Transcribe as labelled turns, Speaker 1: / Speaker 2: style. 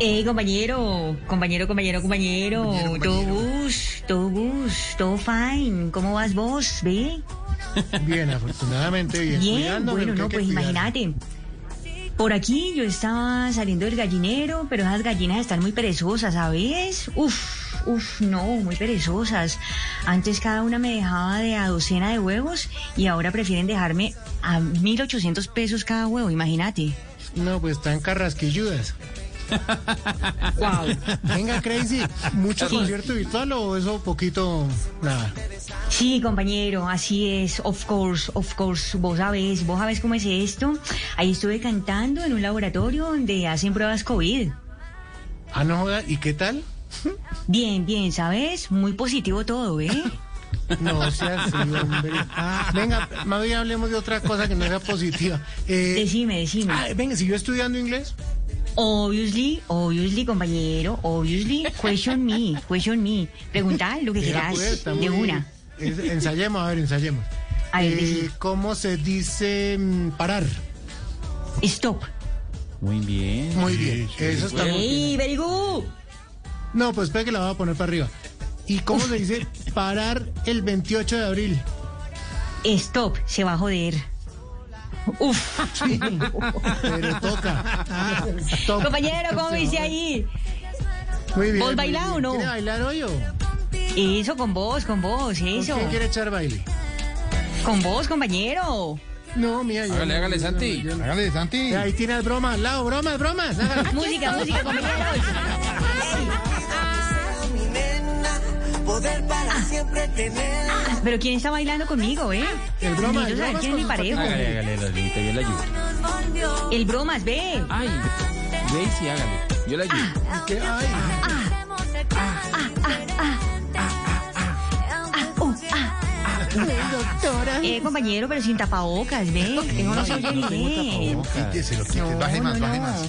Speaker 1: Ey, compañero, compañero, compañero, compañero, todo bus, todo bus, todo fine. ¿Cómo vas vos, ve?
Speaker 2: Bien, afortunadamente, bien.
Speaker 1: Bien,
Speaker 2: Cuidándome, lo
Speaker 1: bueno,
Speaker 2: que
Speaker 1: no,
Speaker 2: hay que
Speaker 1: pues
Speaker 2: cuidar.
Speaker 1: imagínate. Por aquí yo estaba saliendo del gallinero, pero esas gallinas están muy perezosas, ¿sabes? Uf, uf, no, muy perezosas. Antes cada una me dejaba de a docena de huevos y ahora prefieren dejarme a 1.800 pesos cada huevo, imagínate.
Speaker 2: No, pues están carrasquilludas.
Speaker 1: Wow.
Speaker 2: Venga, Crazy, ¿mucho concierto virtual o eso poquito? Nada.
Speaker 1: Sí, compañero, así es, of course, of course, vos sabés, vos sabés cómo es esto. Ahí estuve cantando en un laboratorio donde hacen pruebas COVID.
Speaker 2: Ah, no jodas, ¿y qué tal?
Speaker 1: Bien, bien, ¿sabes? Muy positivo todo, ¿eh?
Speaker 2: No sea así, hombre. Venga, más bien hablemos de otra cosa que no sea positiva. Eh,
Speaker 1: Decime, decime.
Speaker 2: ah, venga, ¿siguió estudiando inglés?
Speaker 1: Obviously, obviously, compañero, obviously, question me, question me. Preguntá lo que
Speaker 2: Vea,
Speaker 1: quieras,
Speaker 2: pues, está
Speaker 1: de
Speaker 2: muy-
Speaker 1: una.
Speaker 2: Es- Ensayemos, a ver, ensayemos.
Speaker 1: A ver,
Speaker 2: Eh,
Speaker 1: decí.
Speaker 2: ¿Cómo se dice mm, parar?
Speaker 1: Stop.
Speaker 3: Muy bien.
Speaker 2: Muy bien, eso está muy bien.
Speaker 1: ¡Ey, very good.
Speaker 2: No, pues espera que la voy a poner para arriba. ¿Y cómo se dice parar el 28 de abril?
Speaker 1: Stop, se va a joder. Uf.
Speaker 2: Pero toca. Toca.
Speaker 1: Compañero, ¿cómo me dice ahí?
Speaker 2: Muy bien.
Speaker 1: ¿Vos
Speaker 2: muy
Speaker 1: bailá
Speaker 2: bien.
Speaker 1: o no?
Speaker 2: ¿Quiere bailar hoy o?
Speaker 1: Eso, con vos, con vos, eso.
Speaker 2: ¿Quién quiere echar baile?
Speaker 1: Con vos, compañero.
Speaker 2: No, mía. yo
Speaker 4: Hágale,
Speaker 2: no,
Speaker 4: hágale,
Speaker 2: yo no,
Speaker 4: Santi.
Speaker 2: yo no.
Speaker 3: Hágale, Santi.
Speaker 2: Eh, Ahí tienes bromas, al lado, bromas, bromas. hágale.
Speaker 1: Música, música, compañeros.
Speaker 5: mi nena, poder para siempre tener.
Speaker 1: Pero ¿quién está bailando conmigo, eh?
Speaker 2: El broma, el
Speaker 1: Necesito
Speaker 2: broma
Speaker 1: saber
Speaker 2: con
Speaker 1: ¿Quién es mi
Speaker 2: su
Speaker 1: parejo?
Speaker 4: Hágale, hágale, Lolita, yo la ayudo.
Speaker 1: El bromas, ve.
Speaker 4: Ay, Daisy, hágale. Yo la ayudo.
Speaker 2: ¿Qué? Ay,
Speaker 1: Uh, ah,
Speaker 2: doctora.
Speaker 1: eh, compañero, pero sin tapabocas, ve. Tengo no se oye bien.
Speaker 3: Baje más, baje más.